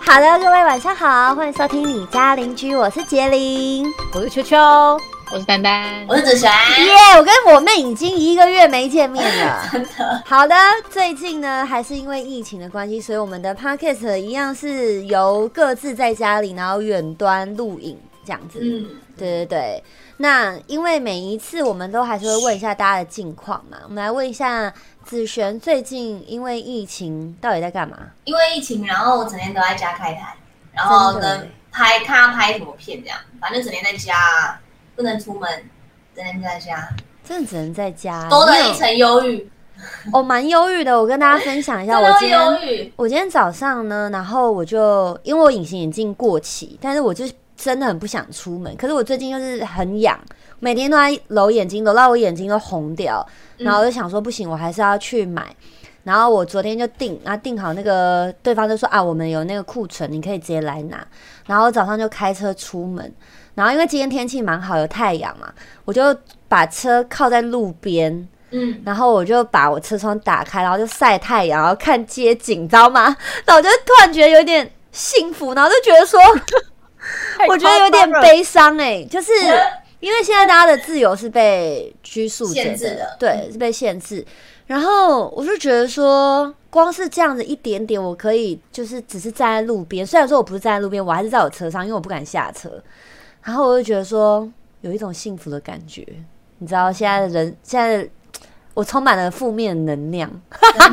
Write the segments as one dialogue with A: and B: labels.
A: 好的，各位晚上好，欢迎收听你家邻居，我是杰林，
B: 我是秋秋，
C: 我是丹丹，
D: 我是子璇。
A: 耶、我跟我妹已经一个月没见面了，真的。好的，最近呢，还是因为疫情的关系，所以我们的 podcast 一样是由各自在家里，然后远端录影这样子。
D: 嗯，
A: 对对对，那因为每一次我们都还是会问一下大家的近况嘛，我们来问一下子璇最近因为疫情到底在干嘛？
D: 因为疫情，然后我整天都在家开台，然后
A: 真的
D: 跟拍看他拍什么片这样，反正整天在家，不能出门，整天在家，
A: 真的只能在家，
D: 多了一
A: 你
D: 层忧郁，
A: 有哦，蛮忧郁的。我跟大家分享一下，
D: 多
A: 我
D: 了
A: 今
D: 忧
A: 天
D: 郁。
A: 我今天早上呢，然后我就因为我隐形眼镜过期，但是我就真的很不想出门。可是我最近就是很痒，每天都在揉眼睛，揉到我眼睛都红掉。
D: 嗯
A: 然后我就想说，不行，我还是要去买。然后我昨天就订，啊订好那个对方就说啊，我们有那个库存，你可以直接来拿。然后早上就开车出门，然后因为今天天气蛮好，有太阳嘛，我就把车靠在路边，
D: 嗯，
A: 然后我就把我车窗打开，然后就晒太阳，然后看街景，你知道吗？ 然后我就突然觉得有点幸福，然后就觉得说，我觉得有点悲伤哎、就是因为现在大家的自由是被拘束着嗯
D: 限制的
A: 对，是被限制。然后我就觉得说，光是这样子一点点，我可以就是只是站在路边，虽然说我不是站在路边，我还是在我车上，因为我不敢下车。然后我就觉得说，有一种幸福的感觉，你知道现在的人现在的我充满了负面能量，
D: 真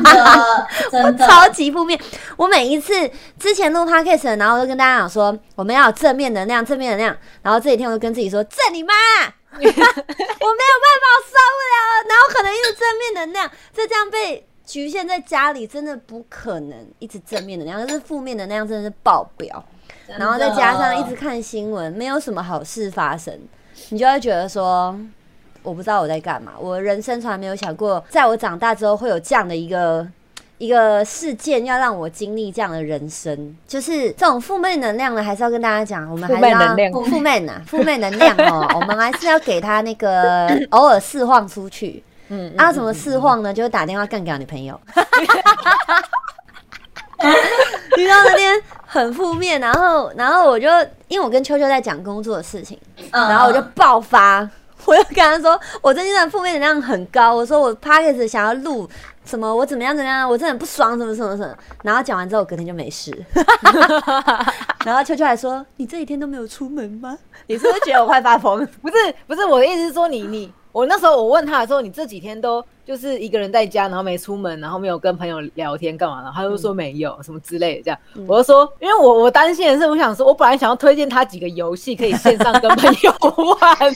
D: 的真
A: 超
D: 的，
A: 级负面。我每一次之前录 podcast，然后我就跟大家讲说，我们要有正面能量，正面能量。然后这几天我就跟自己说，正你妈 啦！我没有办法，我受不了了。然后可能一直正面能量，就这样被局限在家里，真的不可能一直正面能量，就是负面能量真的是爆表。
D: 真的
A: 然后再加上一直看新闻，没有什么好事发生，你就会觉得说，我不知道我在干嘛，我人生从来没有想过，在我长大之后会有这样的一个。一个事件要让我经历这样的人生，就是这种负面能量呢，还是要跟大家讲，我们还
B: 负
A: 是
B: 面
A: 要
B: 能量
A: 负面啊，负面能量 哦，我们还是要给他那个偶尔释晃出去。
B: 嗯
A: 啊，怎么释晃呢？就是打电话干掉你朋 友。遇到那天很负面，然后然后我就因为我跟秋秋在讲工作的事情，
D: 嗯，
A: 然后我就爆发，我就跟他说，我最近的负面能量很高，我说我 p a c k a g e 想要录什么，我怎么样怎么样，我真的很不爽，什么什么什么。然后讲完之后，我隔天就没 事。然后秋秋还说，你这几天都没有出门吗？你是不是觉得我快发疯？
B: 不是不是，我的意思是说你你我那时候我问他的时候，你这几天都就是一个人在家，然后没出门，然后没有跟朋友聊天干嘛，然后他就
C: 嗯
B: 说没有、什么之类的这样。我就说，因为我我担心的是，我想说，我本来想要推荐他几个游戏可以线上跟朋友玩。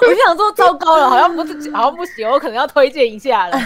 B: 我就想说，糟糕了，好像不是，好像不行，我可能要推荐一下了。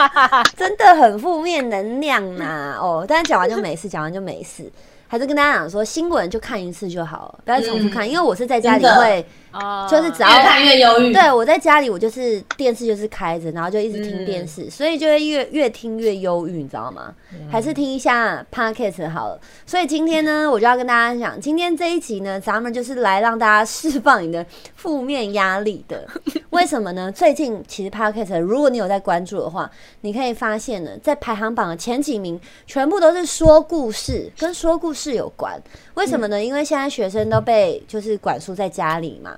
A: 真的很负面能量呐、哦，但是讲完就没事，讲完就没事。还是跟大家讲说，新闻就看一次就好了，不要重复看。因为我是在家里
D: 真的
A: 会，
B: 啊
A: 就是只要
D: 越看越忧郁。
A: 对我在家里我就是电视就是开着，然后就一直听
B: 嗯
A: 电视，所以就会越越听越忧郁，你知道吗？还是听一下 podcast 好了。所以今天呢，我就要跟大家讲，今天这一集呢，咱们就是来让大家释放你的负面压力的。为什么呢？最近其实 podcast，如果你有在关注的话，你可以发现呢，在排行榜的前几名全部都是说故事，跟说故事有关。为什么呢？因为现在学生都被就是管束在家里嘛，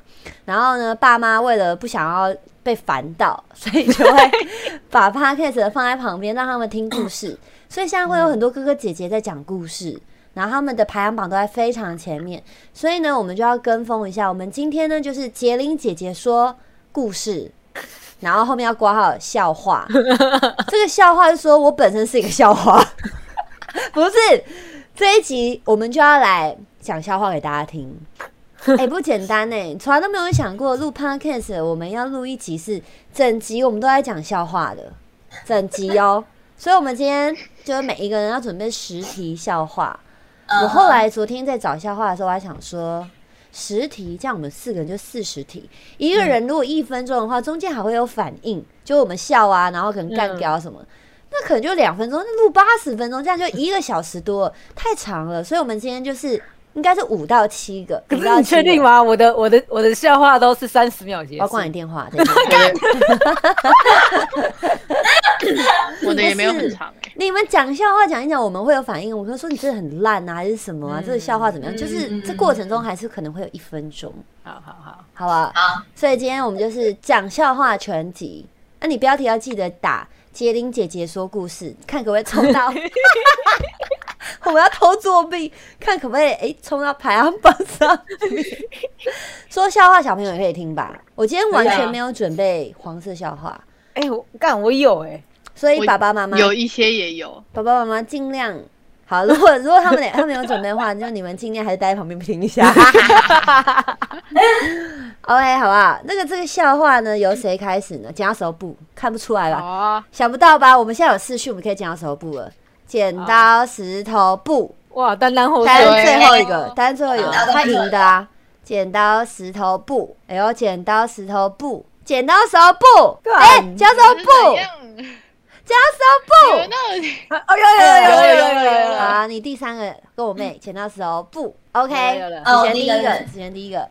A: 然后呢，爸妈为了不想要被烦到，所以就会 把 podcast 放在旁边，让他们听故事。所以现在会有很多哥哥姐姐在讲故事，然后他们的排行榜都在非常前面。所以呢，我们就要跟风一下。我们今天呢，就是杰林姐姐说故事。然后后面要挂号笑话，这个笑话是说我本身是一个笑话， 不是这一集我们就要来讲笑话给大家听。哎、不简单呢、从来都没有想过录 podcast，我们要录一集是整集我们都在讲笑话的，整集哦。所以，我们今天就是每一个人要准备十题笑话。
D: 嗯，
A: 我后来昨天在找笑话的时候，我还想说十题，这样我们四个人就四十题。一个人如果一分钟的话，中间还会有反应，就我们笑啊，然后可能干掉什么，那可能就两分钟，那录八十分钟，这样就一个小时多了，太长了。所以我们今天就是应该是五到七个，
B: 可
A: 五
B: 是
A: 到
B: 你
A: 七
B: 确
A: 个
B: 定？吗？我的我的我的笑话都是三十秒结
A: 我要
B: 束
A: 挂。你电话。对不对
C: 对对对 我的也没有很长哎、
A: 你们讲笑话讲一讲，我们会有反应。我会说你这很烂啊，还是什么啊？
B: 嗯
A: 这个笑话怎么样？
D: 嗯
A: 就是
D: 嗯
A: 这过程中还是可能会有一分钟，
B: 好好好，
A: 好不好？
D: 好，
A: 所以今天我们就是讲笑话全集。那、你标题要记得打“杰林姐姐说故事”，看可不可以冲到。 我们要偷作弊，看可不可以诶冲到排行榜上面。说笑话，小朋友也可以听吧。我今天完
D: 可以
A: 全
D: 啊
A: 没有准备黄色笑话，
B: 哎、我干我有哎、
A: 所以
C: 我
A: 爸爸妈妈
C: 哎有一些也有，
B: 哦
A: 爸爸妈妈尽量好。如果如 果他们俩他们有准备的话，就你们尽量还是待在旁边听一下。OK，好不好？那个这个笑话呢，由谁开始呢？剪刀石头布，看不出来吧？
C: 哦，
A: 想不到吧？我们现在有视讯，我们可以剪刀石头布了。剪刀石头布，
B: 哇，丹丹后
A: 单
C: 丹
B: 退
C: 丹
A: 最后一个
C: 对，
A: 单最后一个，
D: 好
A: 他赢的啊！剪刀石头布，哎呦，剪刀石头布，剪刀石头布，
B: 干
A: 哎，剪刀石头布，
C: 是怎样
A: 剪刀石头布
C: 有。那
B: 哦有有有有有有有有
A: 好
B: 有。
A: 啊，你第三个跟我妹剪刀石头布，OK，哦
B: 有了有
A: 子璇第一
B: 了
D: 哦第
A: 个，
D: 一个人
A: 子璇第一个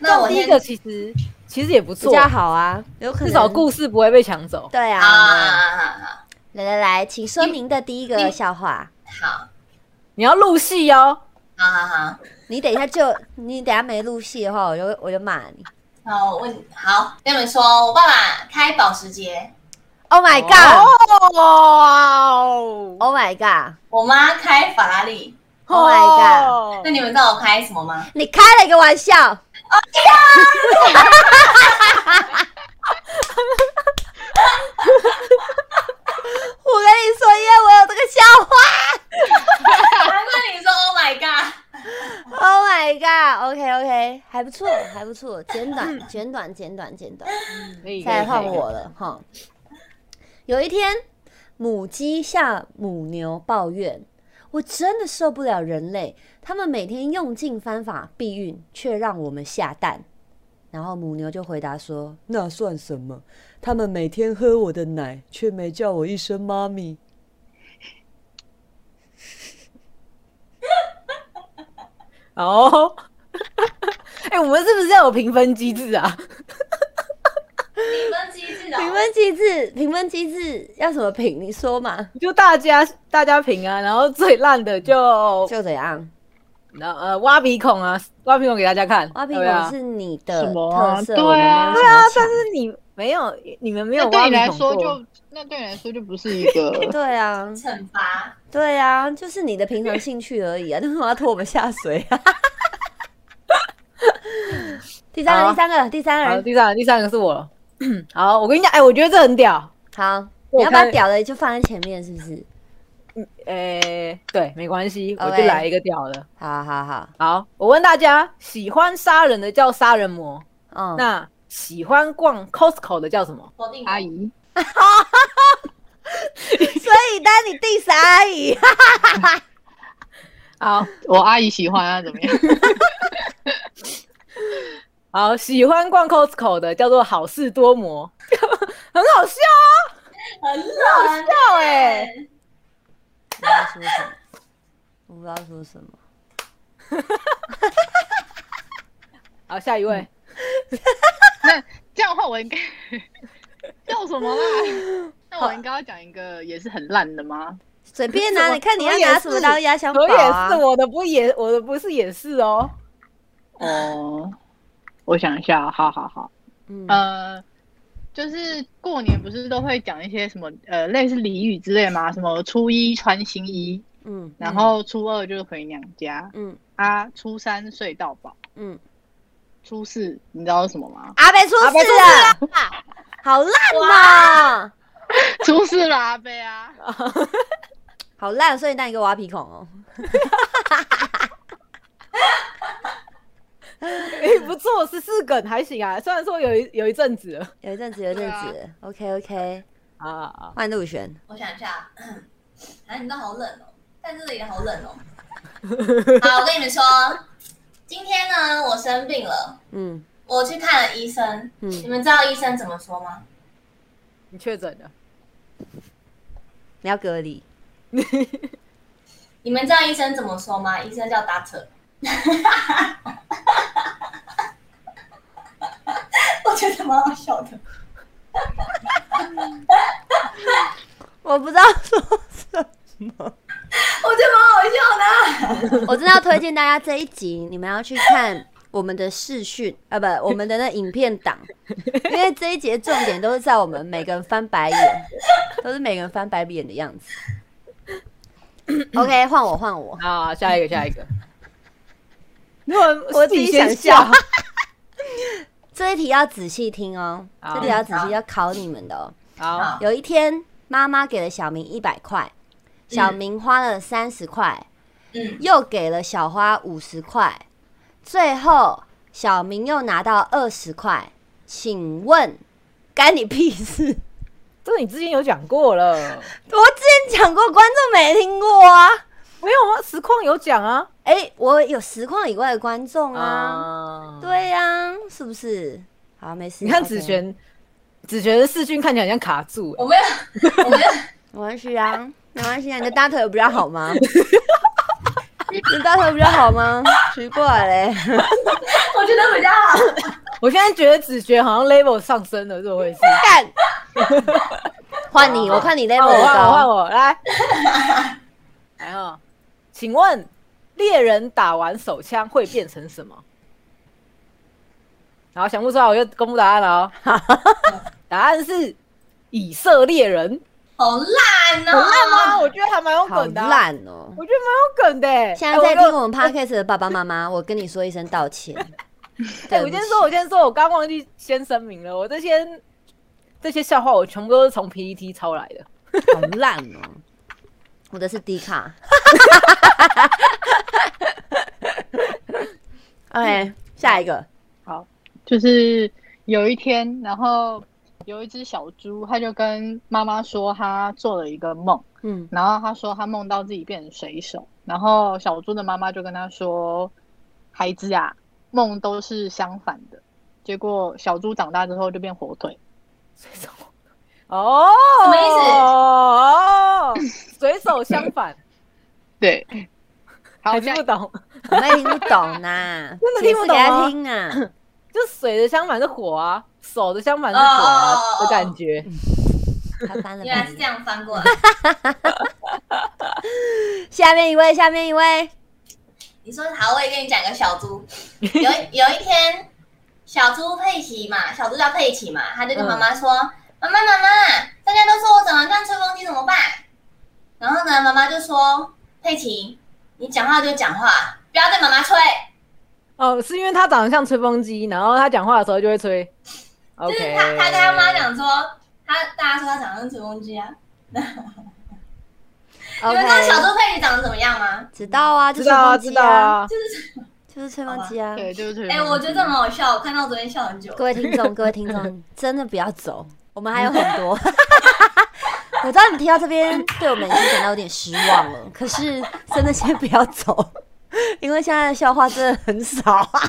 D: 那我
B: 第一
D: 先
B: 个其实其实也不
A: 比
B: 错，
A: 较好啊，有可能
B: 至少故事不会被抢走。
A: 对
D: 啊
A: 啊。
D: 啊啊
A: 来来来，请说您的第一个笑话。
D: 好，
B: 你要录戏哦，
D: 好好好，
A: 你等一下就你等一下没录戏的话，我就我就骂你。
D: 那我问，好，跟你们说，我爸爸开保时捷，
A: Oh my
B: 哦
A: god!
B: 哇哦
A: Oh my god!
D: 我妈开法拉利，
A: Oh my
D: 那你们知道我开什么吗？
A: 你开了一个玩笑。
D: 哦啊
A: 我跟你说，因为我有这个笑话。
D: 难怪你说 Oh my god，
A: Oh my god！OK OK，还不错，还不错，简短，简短，简短，简短。
B: god！
A: 再来换我了哈。有一天，母鸡向母牛抱怨：“我真的受不了人类，他们每天用尽方法避孕，却让我们下蛋。”然后母牛就回答说
E: 那算什么？他们每天喝我的奶，却没叫我一声妈咪。：“
B: 哦。哎，我们是不是要有评分机制啊？
D: 评分机制的，
A: 评分机制，评分机制要怎么评？你说嘛，
B: 就大家大家评啊，然后最烂的就
A: 就怎样？
B: 然后呃挖鼻孔啊，挖鼻孔给大家看。
A: 挖鼻
B: 对啊
A: 孔是你的
C: 什么啊
A: 特色，
C: 对啊
A: 我们没有什
C: 对
A: 么
B: 啊，
A: 抢
B: 但是你没有，你们没有
C: 那
B: 挖
C: 对
B: 鼻
C: 你
B: 孔
C: 来说
B: 过
C: 就那对你来说就不是一个
A: 对啊，
D: 惩罚，
A: 对啊，就是你的平常兴趣而已啊， 你为什么要拖我们下水啊？ 第三个，
B: 好
A: 第
B: 啊
A: 三个，第三个
B: 好，
A: 人，
B: 第三个第三个 是我了。好，我跟你讲，哎、我觉得这很屌。
A: 好，
B: 我
A: 你要把
B: 看
A: 屌的就放在前面，是不是？
B: 哎、对，没关系，我
A: OK
B: 就来一个屌的。
A: 好好好，
B: 好，我问大家，喜欢杀人的叫杀人魔，
A: 嗯，
B: 那喜欢逛 Costco 的叫什么？
D: 否定我
C: 阿，姨，
A: 所以当你第三阿姨，
B: 好
C: 我阿姨喜欢啊，怎么 样？
B: 好，喜欢逛 Costco 的叫做好事多磨， 很好笑啊
D: 很冷，
B: 哦哎、
A: 我不知道说什么，我不知道说什么，
B: 好，下一位，
A: 嗯
C: 那这样的话，我应该 笑什 么啦？那我应该要讲一个也是很烂的吗？
A: 随便拿，
B: 我
A: 你看你要
B: 我也
A: 拿什么
B: 是
A: 当压箱宝
B: 我也
A: 啊
B: 是，？我的不也，我的不是也是 哦。
C: 哦，我想一下，好好好，
A: 嗯，
C: 呃，就是过年不是都会讲一些什么呃类似俚语之类吗？什么初一穿新衣，
A: 嗯
C: 然后初二就是回娘家，
A: 嗯
C: 啊，初三睡到饱，
A: 嗯，？
C: 初四你知道是什么吗
A: 阿北出
B: 阿伯出
A: 事了，好啊烂呐，
C: 初四啦， 阿贝啊，
A: 好烂，所以那你给我挖鼻孔哦。
B: 哎、不错，十四梗还行啊，虽然说有一有一阵子了
A: 有一阵子，有一阵
C: 对啊
A: 子、o k OK，
B: 啊啊，啊
A: 换陆璇，
D: 我想一下， 啊，你们都好冷哦，但这里好冷哦。好，我跟你们说，今天呢，我生病了，
A: 嗯，
D: 我去看了医生。
A: 嗯
D: 你们知道医生怎么说吗？
B: 你确诊了，
A: 你要隔离，
D: 你们知道医生怎么说吗？医生叫 doctor。我觉得蛮好笑的。
A: 我不知道说什么。
D: 我觉得蛮好笑的啊。
A: 我真的要推荐大家这一集，你们要去看我们的视讯 啊，不，我们的那影片 档，因为这一节重点都是在我们每个人翻白眼， 都是每个人翻白眼的样子。OK，换 我，换我，
B: 啊，下一个，下一 个。我
A: 自己
B: 先
A: 想笑。这一题要仔细听哦，
B: 好
A: 这题要仔细要考你们的哦。
B: 好，
A: 有一天，妈妈给了小明一百块，小明花了三十块，
D: 嗯，
A: 又给了小花五十块，最后小明又拿到二十块，请问干你屁事？
B: 这个你之前有讲过了，
A: 我之前讲过，观众没听过啊。
B: 没有吗？实况有讲啊。
A: 哎、我有实况以外的观众啊，
B: 啊，
A: 对呀、是不是？好，没事。
B: 你看
A: OK
B: 子，璇，子璇的视讯看起来很像卡住、欸
D: 我没有，我没有，
A: 没关系啊，没关系啊，你 的大腿有比较好吗？ 你的大腿有比较好吗？奇怪嘞，
D: 我觉得比较好。
B: 我现在觉得子璇好像 level 上升了，这么回事？
A: 干， 换你，我看你 level
B: 哦换我，
A: 多高。
B: 换我，换我， 来。来哦，请问猎人打完手枪会变成什么？好，想不出来我就公布答案了 哦。答案是以色列人，
D: 好烂
B: 很烂啊
D: 哦！
B: 吗？我觉得还蛮有
A: 好
B: 梗的啊、
A: 烂哦、
B: 我觉得蛮有梗的、欸。
A: 现在在
B: 哎
A: 听
B: 我
A: 我们 podcast 的爸爸妈 妈，我跟你说一声道歉。
B: 哎、
A: 对
B: 我
A: 不
B: 先
A: 起
B: 说，我先说，我刚忘记先声明了，我这些这些笑话我全部都是从 PPT 抄来的。
A: 好烂哦、我的是低 卡。OK，下一个，
C: 好，就是有一天，然后有一只小猪，它就跟妈妈说，它做了一个梦，
A: 嗯，
C: 然后它说它梦到自己变成水手，然后小猪的妈妈就跟它说，孩子啊，梦都是相反的。结果小猪长大之后就变火腿，
B: 哦，
D: 什么意思
B: 哦， 随手相反，
C: 对。好，
B: 还听
C: 下
B: 不懂，
A: 我们也听不懂呐，
B: 真的
A: 解
B: 听
A: 释
B: 不
A: 给
B: 懂哦
A: 他
B: 吗
A: 听啊。
B: 就水的相反是火啊，手的相反是火啊
D: 哦哦哦
B: 的感觉。
A: 他翻了
D: 原来
A: 吧
D: 是。这样翻过来。
A: 下面一位，下面一位，
D: 你说好，我也跟你讲个小猪。有一有一天，小猪佩奇嘛，小猪叫佩奇嘛，他就
B: 嗯
D: 跟妈妈说：“妈妈，妈妈，大家都说我长得像吹风机，怎么办？”然后呢，妈妈就说：“佩奇，你讲话就讲话，不要对妈妈吹。
B: 哦，是因为他长得像吹风机，然后他讲话的时候就会吹。
D: 就
B: OK，
D: 是他他跟他妈讲说，他大家说他长得像吹风机啊。你们知道小
A: OK，
D: 猪佩奇长得怎么样吗？
A: 知道啊，就
B: 知
A: 是吹
B: 道啊，
A: 风
B: 知
A: 机
B: 道，啊，
A: 就是吹风机啊。
C: 对，就是
B: 嗯
D: 哎、我觉得这很好笑，我看到昨天笑很久。
A: 各位听 众，各位听
B: 嗯
A: 众，真的不要走，我们还有很多。 我知道你们听到这边， 对我们已经感到有点失望 了。可是真的先不要走， 因为现在的笑话真的很少 啊。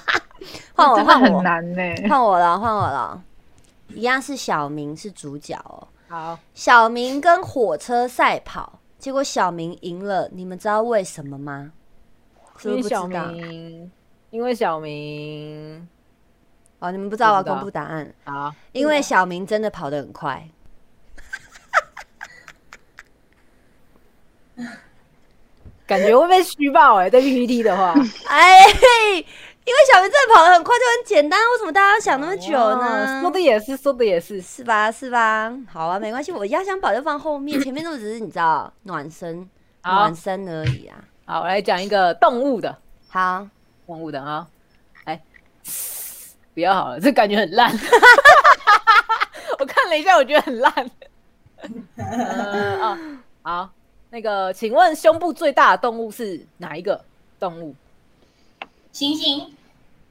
A: 换我，
C: 真的
A: 换
D: 哦
A: 我
C: 很，难欸呢、
A: 换我了，换我了。一样是小明是主角哦。
B: 好，
A: 小明跟火车赛跑，结果小明赢了，你们知道为什么吗？是
B: 因
A: 不是
B: 为
D: 啊
A: 不知
B: 小
A: 道？
B: 明，因为小明，
A: 哦，你们不知道，我要
B: 不知道
A: 公布答案。
B: 好，
A: 因为小明真的跑得很快。
B: 感觉会被虚报哎、对 PPT 的 话，
A: 哎，因为小明真的跑得很快，就很简单，为什么大家要想那么久
B: 哦
A: 呢？
B: 说的也是，说的也是，
A: 是吧？是吧？好啊，没关系，我压箱宝就放后面，前面都只是你知道暖身、
B: 好
A: 暖身而已啊。
B: 好，我来讲一个动物的，
A: 好，
B: 动物的啊，哎，不要好了，这感觉很烂。 我看了一下，我觉得很烂。呃哦，好，那个，请问胸部最大的动物是哪一个动物？
D: 星星，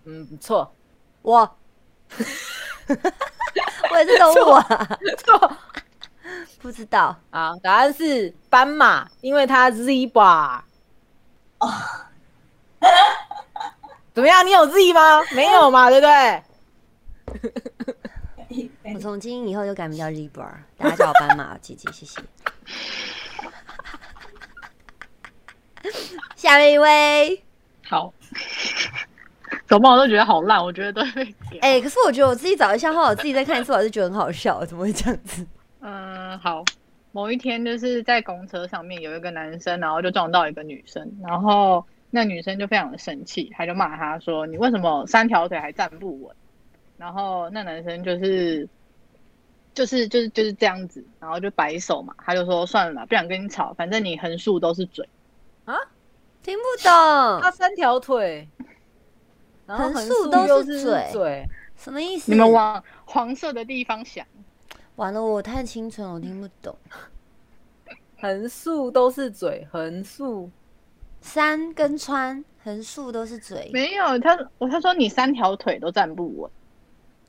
B: 嗯，不错，
A: 我， 我也是动物啊，
B: 不错。
A: 不知道。
B: 好，答案是斑马，因为它 zebra。怎么样？你有 Z 吗？没有嘛，对不对？
A: 我从今以后就改名叫 Libra，大家叫我斑马姐姐，谢 谢。下面一位，
C: 好， 怎么我都觉得好烂，我觉得都会给。
A: 哎、可是我觉得我自己找一下后，我自己再看一次，我还是觉得很好笑，怎么会这样子？
C: 嗯，好，某一天就是在公车上面有一个男生，然后就撞到一个女生，然后那女生就非常的生气，她就骂他说：“你为什么三条腿还站不稳？”然后那男生就是就是就是就是这样子，然后就摆手嘛，他就说：“算了啦，不想跟你吵，反正你横竖都是嘴。”
A: 听不懂
B: 他三条腿，然后
A: 横
B: 横
A: 竖
B: 竖
A: 都
B: 又
A: 是
B: 是
A: 嘴
B: 嘴，
A: 什么意思？
C: 你们往黄色的地方想，
A: 完了，我太清纯了，我听不懂。
B: 横竖都是嘴，横竖
A: 山跟川横竖都是嘴，
C: 没有他，我他说你三条腿都站不稳，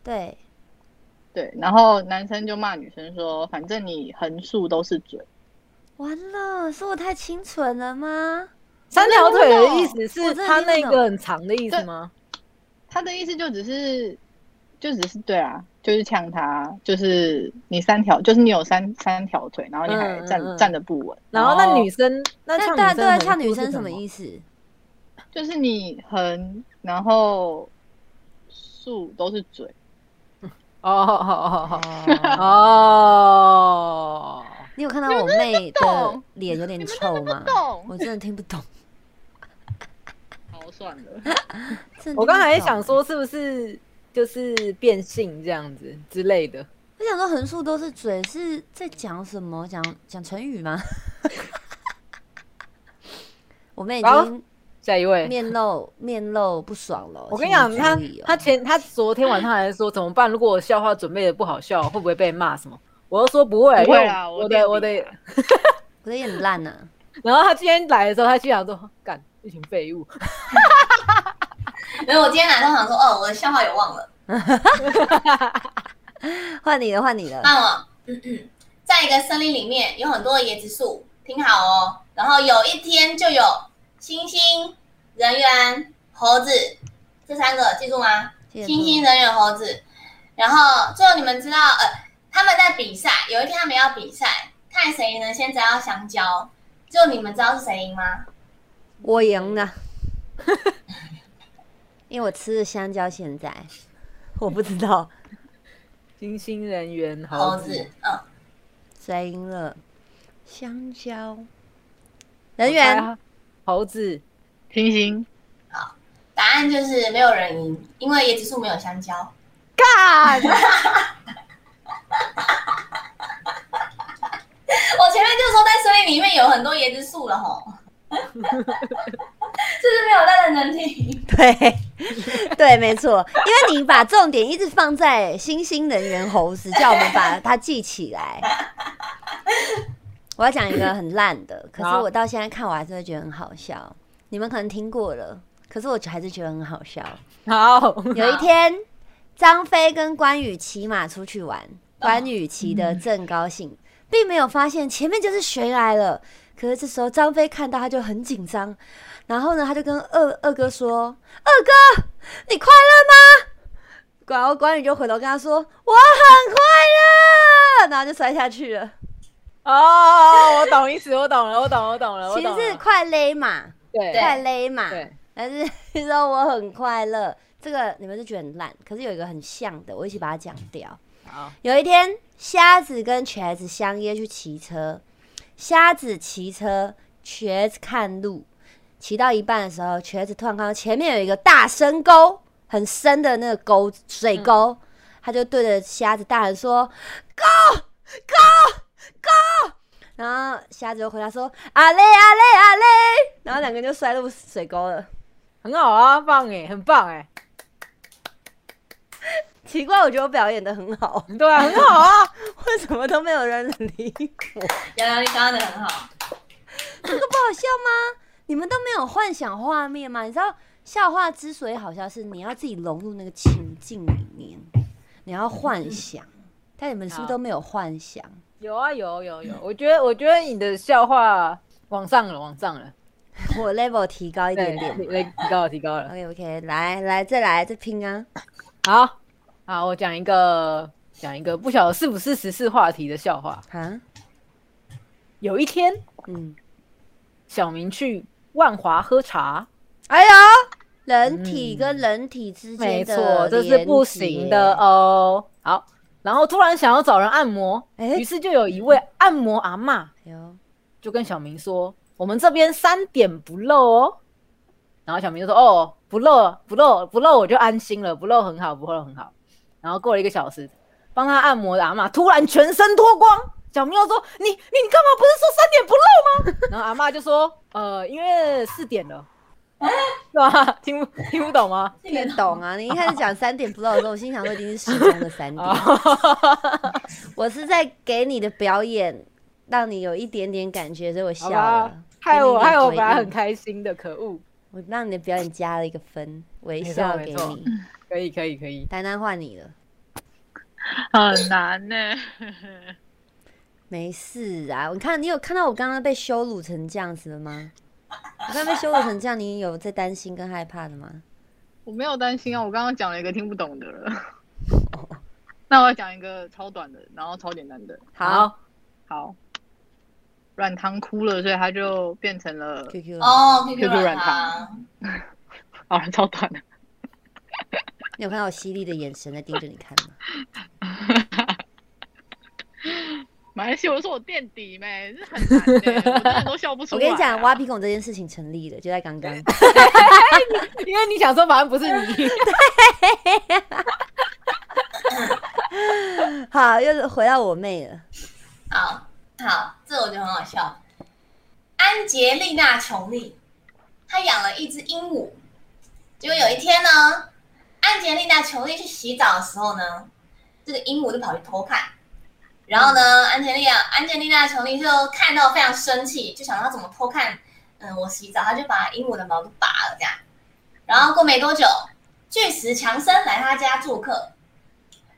A: 对，
C: 对，然后男生就骂女生说：“反正你横竖都是嘴。”
A: 完了，是我太清纯了吗？
B: 三条腿的意思
A: 我
B: 是
A: 真的
B: 他
A: 听不
B: 那
A: 懂
B: 个很长的意思
C: 对
B: 吗？
C: 他的意思就只是，就只是对啊，就是呛他，就是你三条，就是你有三三条腿，然后你还
B: 嗯嗯
C: 站、
B: 嗯
C: 站得不稳，
B: 然后那女生那
A: 那
B: 呛
A: 对啊
B: 女
A: 对啊，
B: 生，
A: 像女
B: 生
A: 生什么
B: 思？
A: 意思？
C: 就是你横，然后竖都是嘴，
B: 哦哦哦哦哦，
A: 你有看到我妹的
C: 懂
A: 脸有点
C: 你们真
A: 臭
C: 的不
A: 吗？
C: 懂
A: 我真的听不懂。
C: 好算了，
A: 真的听不
B: 我刚才
A: 懂
B: 想，说是不是就是变性这样子之类的？
A: 我想说横竖都是嘴是在讲什么？讲讲成语吗？ 我妹已
B: 好
A: 经
B: 下一位，
A: 面露面露不爽了。
B: 我跟你
A: 请
B: 讲，他
A: 注意哦
B: 他前他昨天晚上还说怎么办？如果我笑话准备的不好笑，会不会被骂什么？我就说不会，
C: 不会
B: 因为
C: 啦
B: 我
C: 我
B: 的我
C: 垫
B: 的
C: 底。
A: 我的眼很烂啊呐，
B: 然后他今天来的时候，他居然说干一群废物，
D: 因为我今天来通常说，哦，我的笑话也忘了，
A: 换你了，换你了。
D: 那我，嗯嗯，在一个森林里面有很多的椰子树，听好哦。然后有一天就有猩猩、人猿、猴子这三个，记住吗？
A: 谢谢
D: 猩
A: 你
D: 猩、人猿、猴子。然后最后你们知道，呃，他们在比赛，有一天他们要比赛，看谁能先摘到香蕉。就你们知道是谁赢吗？
A: 我赢了， 因为我吃了香蕉。现在 我不知 道
B: 金星人员
D: 猴
B: 猴
D: 子
B: 子，，
D: 嗯，
A: 谁赢了，香蕉。人
B: 我猜
A: 员
B: 他猴子，
C: 星星，
D: 答案就是没有人赢，因为椰子树没有香蕉。
B: 干
D: 我前面就说在森林里面有很多椰子树了吼，就是没有大人能听。
A: 对对，没错，因为你把重点一直放在新兴人猿猴子，叫我们把它记起来。我要讲一个很烂的，可是
B: 好
A: 我到现在看我还是会觉得很好笑。你们可能听过了，可是我还是觉得很好笑。
B: 好，
A: 有一天，张飞跟关羽骑马出去玩，
B: 哦
A: 关羽骑得正高兴，并没有发现前面就是谁来了。可是这时候张飞看到他就很紧张，然后呢，他就跟二二哥说：“二哥，你快乐吗？”然后关羽就回头跟他说：“我很快乐。”然后就摔下去了。
B: 哦，我懂意思，我懂了，我懂，我懂了，哦我
A: 其实
B: 懂
A: 是
B: 了，
A: 快勒马，
B: 对
A: 快勒马。
B: 对，
A: 但是你说我很快乐，这个你们是觉得很烂，可是有一个很像的，我一起把它讲掉。
B: 好，
A: 有一天，瞎子跟瘸子相约去骑车，瞎子骑车，瘸子看路。骑到一半的时候，瘸子突然看到前面有一个大深沟，很深的那个沟水沟，他就对着瞎子大喊说：“沟沟沟！”然后瞎子就回答说：“啊嘞啊嘞啊嘞！”然后两个人就摔入水沟了。
B: 很好啊，棒哎，很棒哎，
A: 奇怪，我觉得我表演的很好，
B: 对 啊，很好啊，
A: 为什么都没有人理我？
D: 有有，你刚刚的很好。
A: 这个不好笑吗？你们都没有幻想画面吗？你知道笑话之所以好笑，是你要自己融入那个情境里面，你要幻想。但你们是不是
B: 好
A: 都没有幻想？
B: 有啊，有有有，我觉得，我觉得你的笑话往上了，往上了，
A: 我 level 提高一点点。
B: 对，提高了，提高了。
A: OK OK，来来再来再拼啊！
B: 好，好，我讲一个，讲一个，不晓得是不是时事话题的笑话。
A: 啊，
B: 有一天，
A: 嗯，
B: 小明去万华喝茶，
A: 哎呦，人体跟人体之间
B: 嗯没
A: 的、
B: 错，这是不行的。哦。好，然后突然想要找人按摩，
A: 哎
B: 于是就有一位按摩阿嬷
A: 有
B: 就跟小明说：“我们这边三点不漏哦。”然后小明就说：“哦，不漏，不漏，不漏，我就安心了，不漏很好，不漏很好。”然后过了一个小时，帮他按摩的阿嬷突然全身脱光，小明又说：“你你你干嘛不是说三点不漏吗？” 然后阿嬷就说：“呃，因为四点了。” 是吧？听不听不懂吗？
D: 这个
A: 懂啊！你一开始讲三点不到的时候，我心想说已经是时钟的三
B: 哦
A: 点，我是在给你的表演让你有一点点感觉，所以我笑
B: 好吧
A: 了，，
B: 害我
A: 给你一
B: 害
A: 点
B: 我
A: 回
B: 本来
A: 应
B: 很开心的，可恶！
A: 我让你的表演加了一个分，微
B: 没错
A: 笑
B: 没
A: 给
B: 错
A: 你。
B: 可以可以可以，
A: 台南换你了，
C: 很难呢、
A: 没事啊。你看，你有看到我刚刚被羞辱成这样子了吗？我刚刚被羞辱成这样，你有在担心跟害怕的吗？
C: 我没有担心啊，我刚刚讲了一个听不懂的了。
B: 哦
C: 那我要讲一个超短的，然后超简单的。
A: 好
C: 好，软糖哭了，所以它就变成了
A: ，QQ 了，
D: 哦，QQ
C: QQ 软
D: 软
C: 糖
D: 糖，
C: 啊，超短的。
A: 你有看到我犀利的眼神在盯着你看吗？
C: 马来西亚我说我垫底没，这很难的、我真的都笑不出
A: 我
C: 来、啊
A: 跟你讲，挖鼻孔这件事情成立的，就在刚刚。
B: 因为你想说反正不是你，
A: 好，又回到我妹了。
D: 好好，这我觉得很好笑。安杰丽娜·琼丽，她养了一只鹦鹉，结果有一天呢，安杰丽娜·琼丽去洗澡的时候呢，这个鹦鹉就跑去偷看，然后呢，安杰丽娜安杰丽娜·琼丽就看到非常生气，就想到她怎么偷看，嗯，我洗澡，她就把鹦鹉的毛都拔了这样。然后过没多久，巨石强森来他家做客，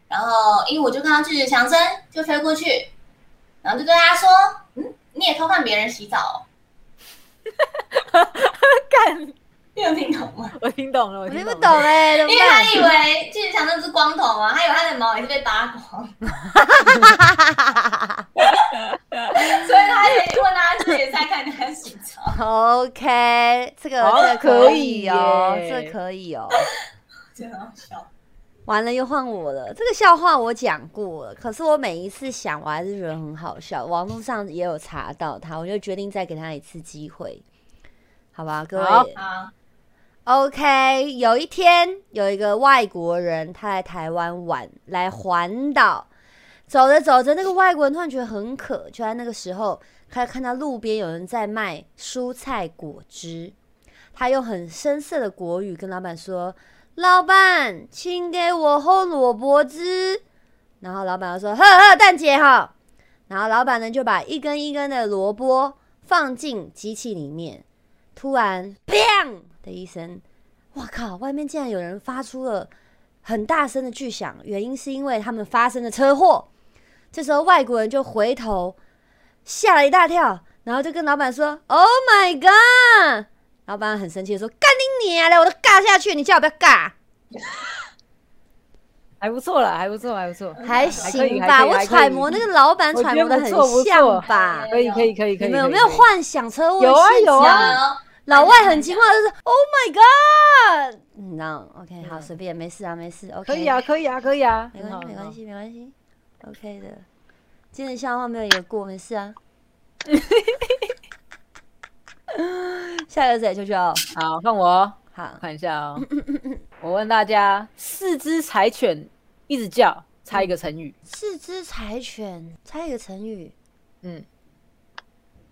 D: 然后鹦鹉就看到巨石强森就飞过去，然后就对他说：“嗯，你也偷看别人洗澡、哦哦
B: 干，？”
D: 你有听懂吗？
B: 我听懂了，我
A: 我听
B: 听
A: 不懂
B: 了。
A: 哎、怎
D: 因
A: 么
D: 为
A: 办？
D: 他以为巨石强森是光头啊嘛，他以为他的毛也是被拔光，所以他也问他是不是也在看他洗澡，
A: OK，这个
B: 好
A: 这个可
B: 可
A: 以
B: 以
A: 哦，
B: 耶
A: 这个可以哦。
D: 真的好笑。
A: 完了又换我了，这个笑话我讲过了，可是我每一次想我还是觉得很好笑。网络上也有查到它，我就决定再给他一次机会，好吧，各
B: 好
A: 位。
D: 啊，
A: OK，有一天有一个外国人，他来台湾玩，来环岛，走着走着，那个外国人突然觉得很渴，就在那个时候，他看到路边有人在卖蔬菜果汁，他用很深色的国语跟老板说：“老板，请给我红萝卜汁。”然后老板就说：“呵呵，蛋姐哈。”然后老板呢就把一根一根的萝卜放进机器里面，突然“砰”的一声，我靠！外面竟然有人发出了很大声的巨响，原因是因为他们发生了车祸。这时候外国人就回头，吓了一大跳，然后就跟老板说：“Oh my god！” 老板很生气的说：“干你娘嘞！我都尬下去，你叫我不要 尬，
B: 还不错啦，还不错，还不错，
A: 还
B: 还可
A: 行
B: 以
A: 吧？
B: 还可以
A: 我揣摩那个老板揣摩的很
B: 我觉得不错
A: 像
B: 不错
A: 吧？
B: 可以，可以，可以，可
A: 你
B: 以。
A: 们有
B: 可
A: 没
B: 以
A: 有？
B: 可以
A: 幻想车祸？
B: 有啊有啊
D: 然后
A: 老外很惊慌，就是 “Oh my god”，你知道？OK，好，
B: 嗯
A: 随便，没事啊，没事。OK，
B: 可以啊，可以啊，可以啊，
A: 没关系，没关
B: 系。
A: 系，没关系，OK 的。今天的笑话没有一个过，没事 啊。下一个谁？球球，
B: 好，换我哦，
A: 好
B: 我，看一下 哦。我问大家，四只柴犬一直叫，猜一个成语。
A: 四只柴犬，猜一个成语，
B: 嗯，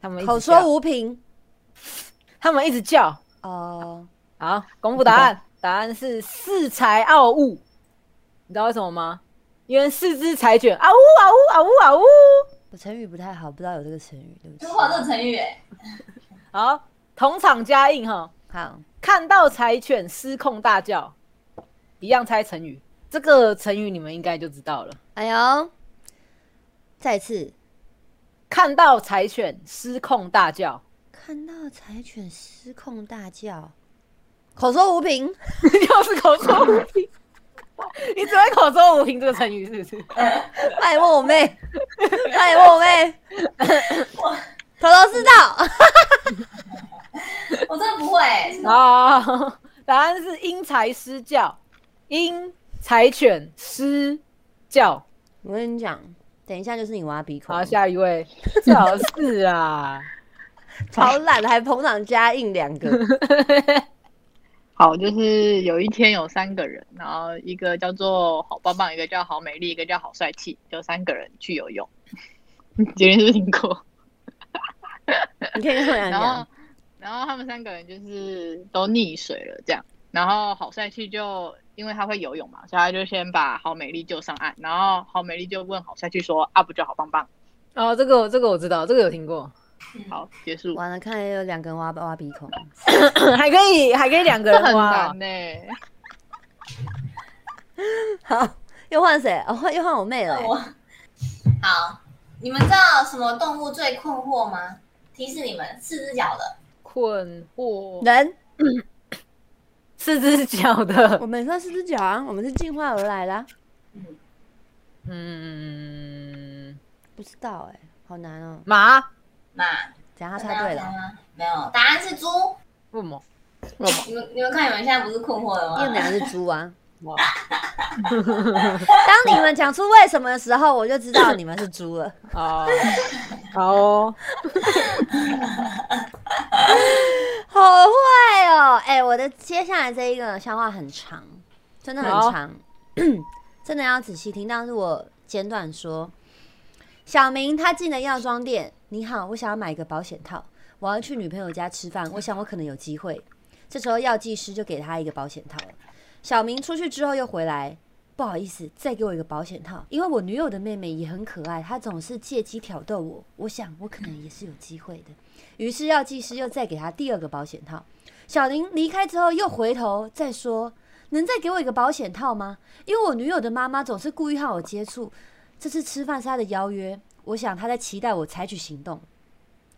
B: 他们一直
A: 口
B: 叫
A: 说，无凭。
B: 他们一直叫。
A: 哦，
B: 好，公布答案，答案是四柴傲物。你知道为什么吗？因为四只柴犬啊呜啊呜啊呜啊呜。
A: 我成语不太好，不知道有这个成语，对不起
D: 就。画这个成语、欸，
B: 好，同场加映哈。
A: 好，
B: 看到柴犬失控大叫，一样猜成语。这个成语你们应该就知道了。
A: 哎呦，再一次
B: 看到柴犬失控大叫，
A: 看到柴犬失控大叫，口说无凭。
B: 又是口说无凭。 你只会口说无凭这个成语是不是？
C: 嗯
A: 快点问我妹， 快点问我妹， 头头是道。
D: 我真的不会、欸，是
B: 啊，答案是因材施教，因柴犬施教
A: 我跟你讲，等一下就是你挖鼻孔
B: 好，，下一位，最好是啊，
A: 超懒的还捧场加印两个，
C: 好，就是有一天有三个人，然后一个叫做好棒棒，一个叫好美丽，一个叫好帅气，就三个人去游泳。 这件事情过，
A: 你可以跟我讲
C: 然后
A: 讲。，
C: 然后他们三个人就是都溺水了，这样。然后好帅气就因为他会游泳嘛，所以他就先把好美丽救上岸。然后好美丽就问好帅气说：“啊，不就好棒棒
B: 哦，这个我这个我知道，这个有听过，？”
C: 好，结束。
A: 完了，看来有两个人挖挖鼻孔，
B: 还可以还可以两个
C: 这
B: 人
C: 很
B: 挖哦
C: 难，呢、
A: 好，又换谁？哦，换又换我妹了欸、
D: 我好，你们知道什么动物最困惑吗？提示你们，四只脚的。
B: 困惑
A: 人，
B: 四只脚的
A: 我，们算四只脚啊，我们是进化而来的啊、
B: 嗯，
A: 不知道哎、好难哦、
B: 马，
D: 那
A: 等一下他猜对了，
D: 吗？没有，答案是猪。
B: 为什么？
D: 你们你们看，你们现在不是困惑了
A: 因为我们俩
D: 吗？
A: 是猪啊。
B: 哇
A: 当你们讲出为什么的时候，我就知道你们是猪了。
B: 哦，好哦，
A: 好会哦！哎、我的接下来这一个笑话很长，真的很长， 真的要仔细听。但是我简短说，小明他进了药妆店，你好，我想要买一个保险套，我要去女朋友家吃饭，我想我可能有机会。这时候药剂师就给他一个保险套了。小明出去之后又回来，不好意思，再给我一个保险套，因为我女友的妹妹也很可爱，她总是借机挑逗我，我想我可能也是有机会的。于是药剂师又再给他第二个保险套。小林离开之后又回头再说：“能再给我一个保险套吗？因为我女友的妈妈总是故意和我接触，这次吃饭是她的邀约，我想她在期待我采取行动。”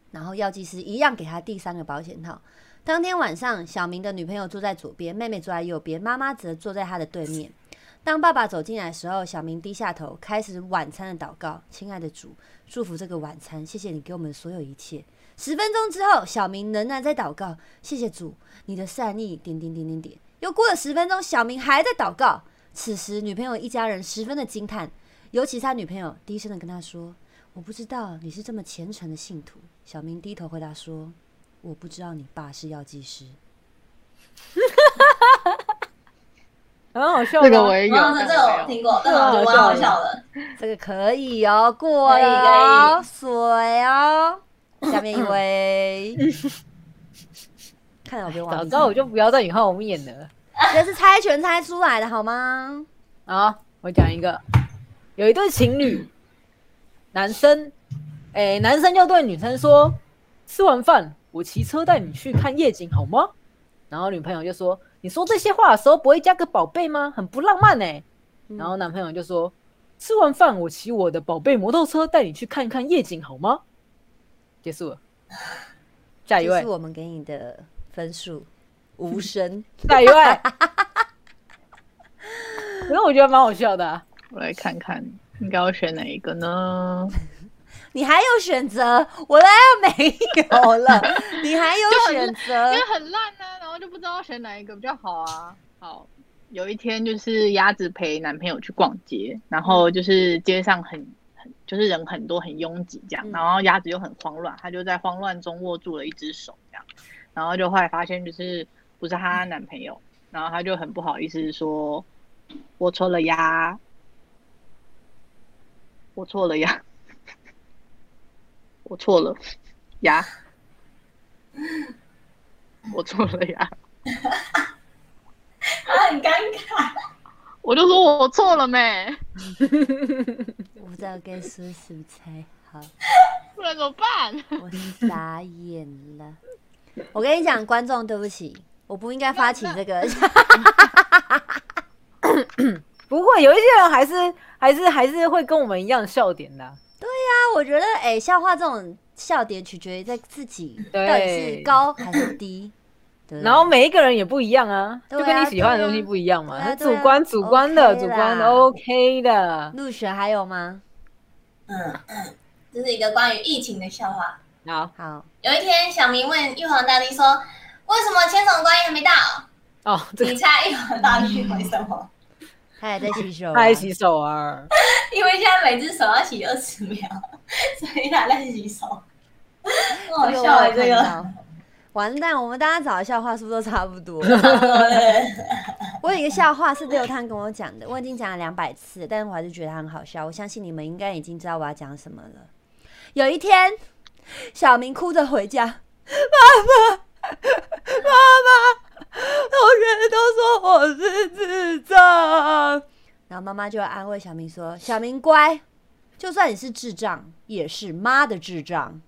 A: 然后药剂师一样给他第三个保险套。当天晚上，小明的女朋友坐在左边，妹妹坐在右边，妈妈则坐在他的对面。当爸爸走进来的时候，小明低下头，开始晚餐的祷告：“亲爱的主，祝福这个晚餐，谢谢你给我们所有一切。”十分钟之后，小明仍然在祷告，谢谢主，你的善意，点点点点点。又过了十分钟，小明还在祷告。此时，女朋友一家人十分的惊叹，尤其是他女朋友低声的跟他说：“我不知道你是这么虔诚的信徒。”小明低头回答说：“我不知道你爸是药剂师。
B: 很好笑吗，
C: 这个我也有，
D: 然后
C: 但
D: 这这
C: 我
D: 个我
C: 没有
D: 听过，但我觉得蛮好笑的。”
A: 这个可以哦，过
D: 可以
A: 了
D: 哎可
A: 哦，水哦。下面一 位，看来我被忘
B: 早
A: 记
B: 知道我就不要在你后面了。
A: 这是猜拳猜出来的好吗？
B: 好，我讲一个，有一对情侣，男生，哎、男生就对女生说：“吃完饭，我骑车带你去看夜景好吗？”然后女朋友就说：“你说这些话的时候不会加个宝贝吗？很不浪漫呢、然后男朋友就说：“吃完饭，我骑我的宝贝摩托车带你去看看夜景好吗？”结束了，下一
A: 这
B: 位
A: 是，我们给你的分数，无声。
B: 下一位。 可是我觉得蛮好笑的、啊，
C: 我来看看应该要选哪一个呢？
A: 你还有选择，我的没有了，你还有选 择
B: 啊
C: 因为。很烂呢、然后就不知道选哪一个比较好啊。好，有一天就是鸭子陪男朋友去逛街，然后就是街上很很就是人很多很拥挤这样，
A: 嗯
C: 然后鸭子又很慌乱，它就在慌乱中握住了一只手这样，然后就后来发现就是不是她男朋友，然后她就很不好意思说，我错了呀，我错了呀，我错了呀。我错了呀，
D: 他很尴尬。
C: 我就说我错了没，
A: 我不知道该说什么才好，
C: 不然怎么办？
A: 我傻眼了。我跟你讲，观众，对不起，我不应该发起 这个。
B: 不会，有一些人还是还是还是会跟我们一样笑点的啊、
A: 我觉得，哎、笑话这种笑点取决于在自己
B: 对
A: 到底是高还是低。对啊不对
B: 然后每一个人也不一样啊，
A: 嗯对啊
B: 就跟你喜欢的东西不一样嘛，
A: 对啊
B: 是
A: 对啊
B: 主观主观的
A: OK 啦
B: 主观的 OK 的。
A: 陆雪还有吗？
D: 嗯嗯，这是一个关于疫情的笑话。
B: 好
A: 好，
D: 有一天，小明问玉皇大帝说：“为什么千手观音还没到
B: 哦，？”这个
D: 你猜玉皇大帝回什么？
A: 他还在洗手、啊，
B: 他还洗手啊，
D: 因为现在每只手要洗二十秒，所以他在洗手。很好笑
A: 我
D: 哎、
A: 有
D: 这
A: 看
D: 个。
A: 到完蛋，我们大家找的笑话是不是都差不多？我有一个笑话是六探跟我讲的，我已经讲了两百次，但是我还是觉得它很好笑。我相信你们应该已经知道我要讲什么了。有一天，小明哭着回家，妈妈，妈妈，同学都说我是智障，然后妈妈就会安慰小明说：“小明乖，就算你是智障，也是妈的智障。”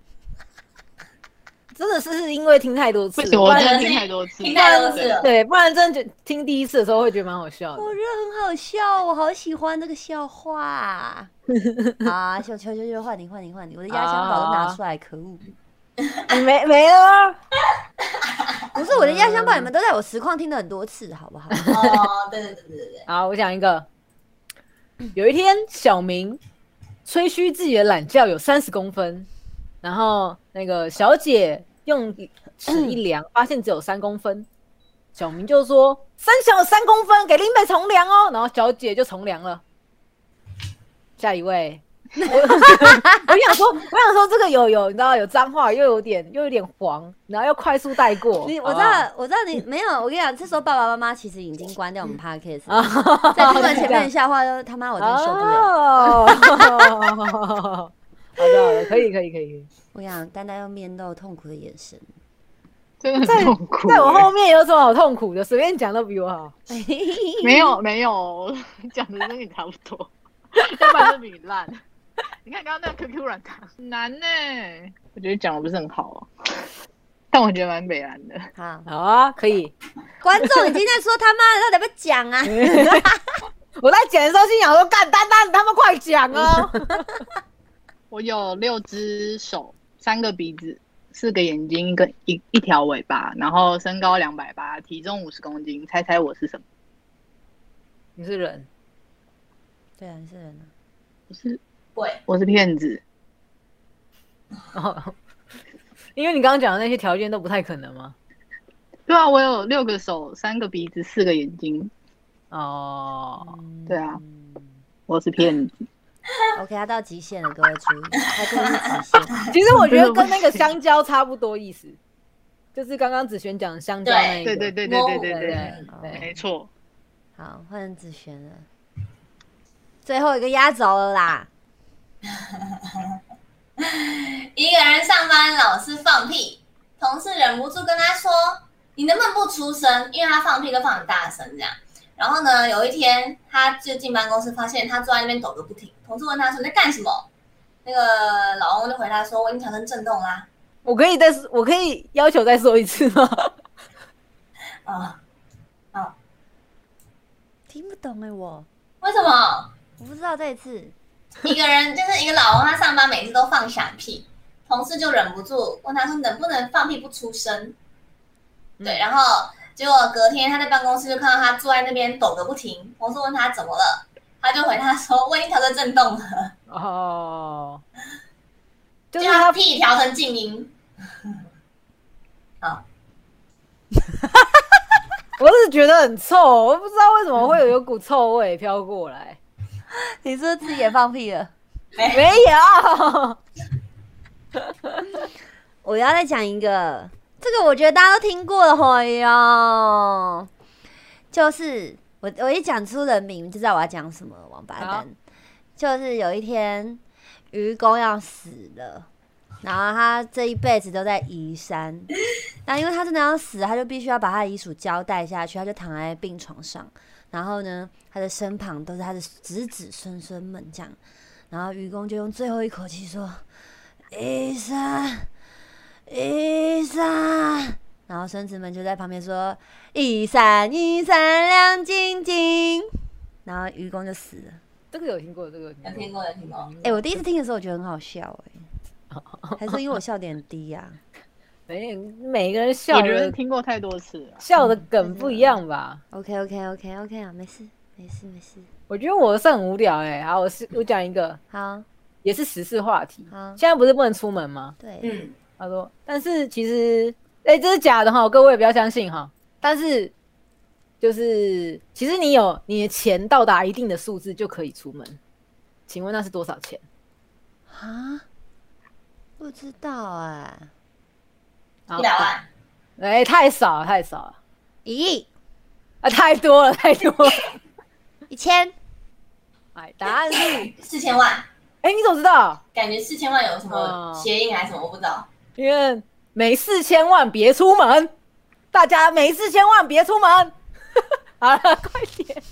B: 真的是是因为听太多次
C: 不
B: 了，
C: 行，
B: 不
C: 我
B: 然
C: 真的听太多次，
D: 听太多次了
B: 对，不然真的觉听第一次的时候会觉得蛮好笑的。
A: 我觉哦得很好笑，我好喜欢这个笑 话。好啊，小球球球，换你换你换你，我的压箱宝都拿出来，可恶！
B: 你没没了啊吗？
A: 不是我的压箱宝，你们都在我实况听了很多次，好 不好？
D: 哦，对对对对对，
B: 好，我讲一个。有一天，小明吹嘘自己的懒觉有三十公分，然后那个小姐用尺一量，发现只有三公分。小明就说：“三小有三公分，给林北重量哦。”然后小姐就重量了。下一位，我 我想说，我想说这个有有，你知道有脏话，又有点又有点黄，然后要快速带过。
A: 你
B: 好
A: 我
B: 不
A: 知
B: 好
A: 道我知道你没有，我跟你讲，这时候爸爸妈妈其实已经关掉我 们 podcast，
B: 啊
A: 了哦在听完前面的笑话都他妈我真的受不 了。
B: 哦， 好的好的，可以可以可以。
A: 我跟你讲，丹丹又面露痛苦的眼神。
C: 真的很痛苦、
B: 在我
C: 欸
B: 后面有什么好痛苦的？随便讲都比我好。
C: 没有没有， 讲的跟你差不多， 要不然就比你烂。 你看刚刚那个 QQ 软糖很难呢、我觉得讲的不是很好啊，但我觉得蛮北蓝的。
A: 好，
B: 好啊，可以。
A: 观众已经在说他妈的到底要不要讲啊？
B: 我在剪的时候心想说：“干丹丹，他们快讲 哦
C: 我有六只手，三个鼻子，四个眼睛，一个一一条尾巴，然后身高两百八，体重五十公斤，猜猜我是什么？！”
B: 你是人，
A: 对啊，你是人啊，
C: 我是
D: 鬼
C: 我是骗子，
B: 哦，因为你刚刚讲的那些条件都不太可能吗？
C: 对啊，我有六个手，三个鼻子，四个眼睛，
B: 哦，
C: 对啊，我是骗子。
A: OK，他到极限了，各位注意，他真的是极限。
B: 其实我觉得跟那个香蕉差不多意思，就是刚刚子璇讲的香蕉那一个。
C: 对对对对
D: 摸
C: 对
D: 我
C: 对对，
B: 对
A: 对
B: 对，
C: 没错。
A: 好，换子璇了，最后一个压轴了啦。
D: 一个人上班老是放屁，同事忍不住跟他说：“你能不能不出声？”因为他放屁都放很大声这样。然后呢，有一天他就进办公室，发现他坐在那边抖个不停。同事问他说：“你在干什么？”那个老翁就回答说：“我已经产生震动啦。
B: 我可以再，我可以要求再说一次吗？
D: 啊、
A: 听不懂哎、我
D: 为什么？
A: 我不知道这一次。
D: 一个人就是一个老翁，他上班每次都放响屁，同事就忍不住问他说：“能不能放屁不出声？”对，然后结果隔天他在办公室就看到他坐在那边抖个不停，同事问他怎么了，他就回他说：“我已经调成震动了，
B: 哦，就
D: 就是是
C: 啊
D: 他
B: 他
D: 屁调成静音。”好，
B: 我是觉得很 臭，我不知道为什么会
C: 嗯
B: 有有股臭味飘过来，
A: 你是不是自己也放屁了？
B: 没有。
A: 我要再讲一个，这个我觉得大家都听过了，哎哟，就是我我一讲出人名就知道我要讲什么了，王八
B: 好
A: 蛋。就是有一天愚公要死了，然后他这一辈子都在移山，那因为他真的要死，他就必须要把他的遗属交代下去，他就躺在病床上，然后呢，他的身旁都是他的子子孙孙们这样，然后愚公就用最后一口气说：“移山。”一闪，然后孙子们就在旁边说：“一闪一闪亮晶晶。”然后愚公就死了。
B: 这个有听过，这个有
D: 有
B: 听
D: 听
B: 过。
D: 过有听过，
A: 哎、我第一次听的时候我觉得很好笑、哎， 还是因为我笑点低啊呀、
B: 每每个人笑
C: 我觉得
B: 的
C: 听过嗯太多次了。
B: 笑的梗不一样吧？
A: OK OK OK OK 啊，没事没事没事，
B: 我觉得我是很无聊哎、好，我
C: 嗯
B: 是我讲一个，
A: 好
B: 也是时事话题。
A: 好
B: 现在不是不能出门吗？
A: 对，
D: 嗯，
B: 他说，欸但是其实，哎、这是假的哈，各位不要相信哈。但是，就是其实你有你的钱到达一定的数字就可以出门，请问那是多少钱？
A: 啊，不知道哎、
B: 好
D: 一百万，
B: 哎、太少了，太少了
A: 一亿
B: 啊，太多了，太多了。
A: 一千，
B: 哎，答案是
D: 四千万，
B: 哎、你怎么知道？
D: 感觉四千万有什么
B: 哦
D: 谐音还是什么，我不知道。
B: 因为没事千万别出门，大家没事千万别出门。 好了，快点。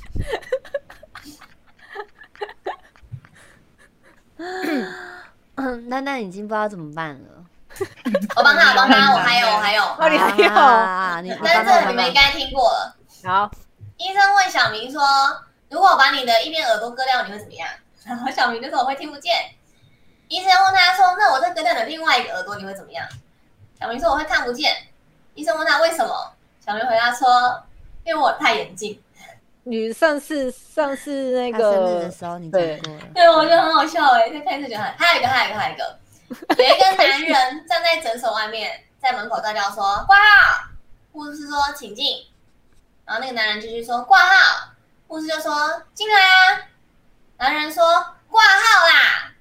A: 嗯，丹丹已经不知道怎么办了。
D: 我帮他，我帮 他，我还有，我还有。
B: 哦，你还有？
A: 啊，你
D: 但是这个你们应该听过了。
B: 好，
D: 医生问小明说：“如果我把你的一边耳朵割掉，你会怎么样？” 然后小明就说：“我会听不见。”医生问他说：“那我再割掉你的另外一个耳朵，你会怎么样？”小明说：“我会看不见。”医生问他为什么？小明回答说：“因为我太眼近。
B: 你上次上次那
A: 他生日
B: 个
A: 的时候你讲过了”，
D: 对，我觉得很好笑哎、欸，再看一次就很……还有一个，还有一个，还有一个，有一个男人站在诊所外面，在门口大叫说：“挂号！”护士说：“请进。”然后那个男人继续说：“挂号。”护士就说：“进来啊。”男人说：“挂号啦。”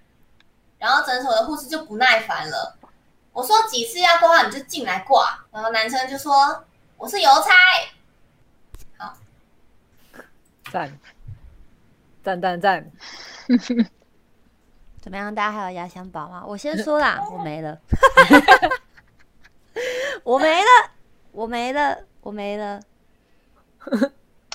D: 然后诊所的护士就不耐烦了：“我说几次要挂号，你就进来挂。”然后男生就说：“我是邮差。
B: 赞赞赞赞，
A: 怎么样？大家还有压箱宝吗？我先
B: 嗯
A: 说啦，我没 了，我没了，我没了，我没了。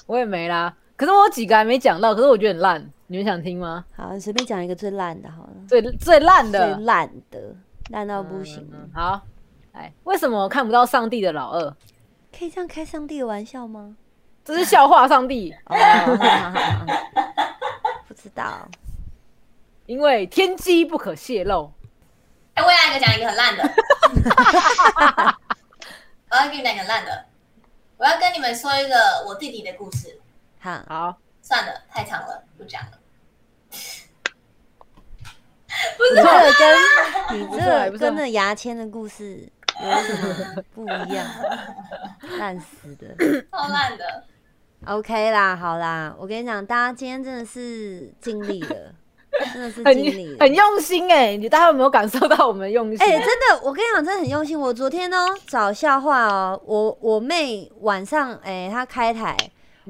B: 我也没啦。可是我有几个还没讲到，可是我觉得很烂，你们想听吗？
A: 好，你随便讲一个最烂的好了，
B: 最最烂
A: 最
B: 的，
A: 烂的，烂到不行了
B: 嗯。好，来，为什么我看不到上帝的老二？
A: 可以这样开上帝的玩笑 吗？
B: 这是笑话，上帝，
A: 哦，好好好好不知道。
B: 因为天机不可泄露。”
D: 哎，我也要一个讲一个很烂的， 我要给你们讲一个很烂的。我要跟你们说一个我弟弟的故事。
A: 好，
B: 好，
D: 算了，太长了，不讲了。
A: 你这个跟你
B: 不
A: 这
B: 错还
A: 个
B: 不错
A: 跟那牙签的故事有什么不一样？ 烂死的。
D: 超烂的。
A: OK 啦，好啦，我跟你讲，大家今天真的是尽力了，真的是
B: 很
A: 尽力了
B: 很。用心哎、你大家有没有感受到我们的用心？啊
A: 哎、真的，我跟你讲，真的很用心。我昨天哦找笑话哦，我我妹晚上哎、她开台，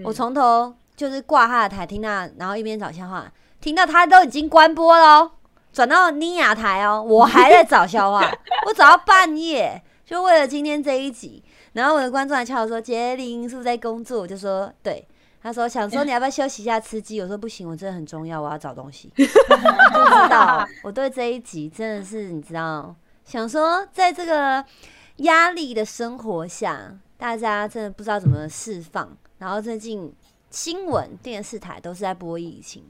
A: 我从头就是挂她的台听到，然后一边找笑话，听到她都已经关播喽，转到妮雅台哦，我还在找笑话，我找到半夜，就为了今天这一集。然后我的观众还敲我说：“杰林是不是在工作？”我就说：“对。”他说：“想说你要不要休息一下吃鸡？”我说：“不行，我真的很重要，我要找东西。” 不知道，我对这一集真的是你知道，想说在这个压力的生活下，大家真的不知道怎么释放。然后最近新闻电视台都是在播疫情，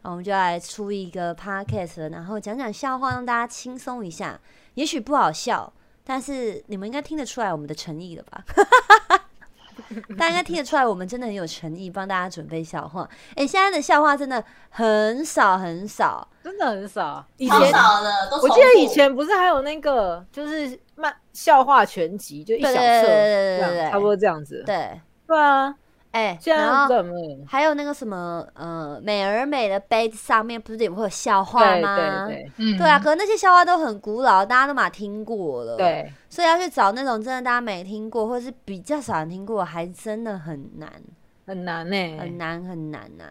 A: 然后我们就来出一个 podcast，然后讲讲笑话，让大家轻松一下。也许不好笑，但是你们应该听得出来我们的诚意了吧？ 大家应该听得出来，我们真的很有诚意，帮大家准备笑话。哎、现在的笑话真的很少很少，
B: 真的很少。以
D: 超
B: 前
D: 少了，都
B: 我
D: 重复
B: 记得以前不是还有那个就是漫笑话全集，就一小册，
A: 对对对对对
B: 这样
A: 对对
B: 差不多这样子。
A: 对，
B: 对啊，
A: 哎、
B: 现在
A: 然
B: 不知
A: 后
B: 道有没有人？
A: 还有那个什么，呃，美而美的杯子上面不是也会有笑话
B: 对
A: 吗？
B: 对对
C: 嗯，
A: 对啊，可能那些笑话都很古老，大家都嘛听过了。，
B: 对，
A: 所以要去找那种真的大家没听过，或者是比较少人听过，还真的很难。
B: 很难欸呢、
A: 很难很难呐、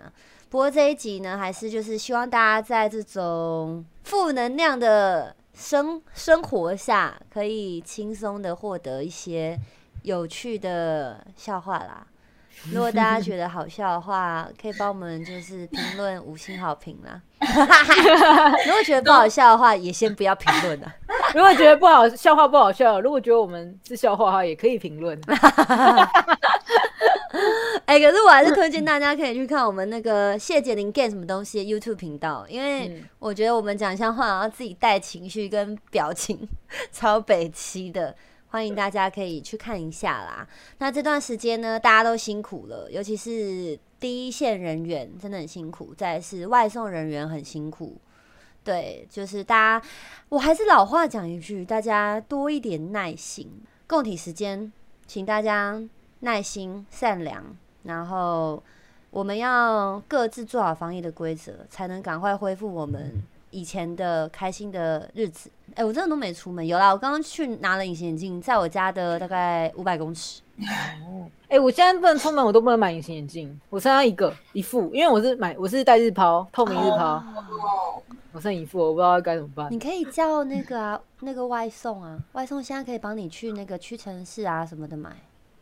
A: 不过这一集呢，还是就是希望大家在这种负能量的生生活下，可以轻松的获得一些有趣的笑话啦。如果大家觉得好笑的话，可以帮我们就是评论五星好评啦。如果觉得不好笑的话，也先不要评论了。
B: 如果觉得不好笑话不好笑，如果觉得我们是笑话的话，也可以评论。
A: 哎、可是我还是推荐大家可以去看我们那个谢杰林 get 什么东西的 YouTube 频道，因为
B: 嗯
A: 我觉得我们讲笑话，然后自己带情绪跟表情， 超北齐的。欢迎大家可以去看一下啦。那这段时间呢，大家都辛苦了，尤其是第一线人员真的很辛苦，再来是外送人员很辛苦。对，就是大家，我还是老话讲一句，大家多一点耐心。共体时间，请大家耐心、善良，然后我们要各自做好防疫的规则，才能赶快恢复我们
B: 嗯
A: 以前的开心的日子。哎、我真的都没出门，有啦，我刚刚去拿了隐形眼镜，在我家
B: 嗯
A: 的大概五百公尺。
B: 哎、我现在不能出门，我都不能买隐形眼镜，我剩下一个一副，因为我是买我是戴日抛，透明日抛，
D: 哦，
B: 我剩一副，我不知道该怎么办
A: 你。可以叫那个啊，那个外送啊，外送现在可以帮你去那个屈臣氏啊什么的买。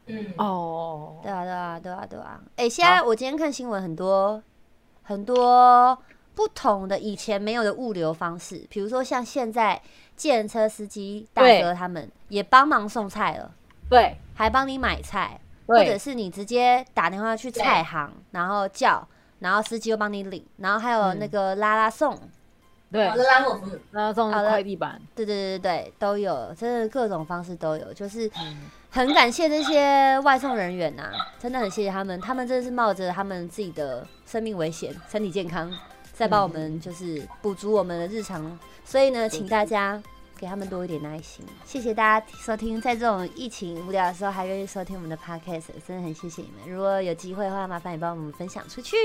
D: 嗯，
B: 哦，
A: 对啊，对啊，对啊，对啊。哎、现在我今天看新闻，很多很多不同的以前没有的物流方式，比如说像现在计程车司机大
B: 对
A: 哥他们也帮忙送菜了，
B: 对
A: 还帮你买菜，或者
B: 对
A: 是你直接打电话去菜行，然后叫，然后司机又帮你领，然后还有
B: 嗯
A: 那个拉拉送，
B: 对
D: 我，的拉我夫，
B: 那送
A: 好了
B: 快递版，
A: 对对对对，都有，真的各种方式都有，就是
B: 嗯
A: 很感谢这些外送人员呐、真的很谢谢他们，他们真的是冒着他们自己的生命危险、身体健康，在帮我们就是补足我们的日常，所以呢，请大家。给他们多一点耐心，谢谢大家收听。在这种疫情无聊的时候，还愿意收听我们的 podcast，真的很谢谢你们。如果有机会的话，麻烦你帮我们分享出去。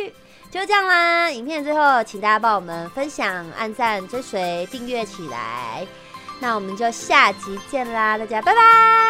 A: 就这样啦，影片最后，请大家帮我们分享、按赞、追随、订阅起来。那我们就下集见啦，大家拜拜。哎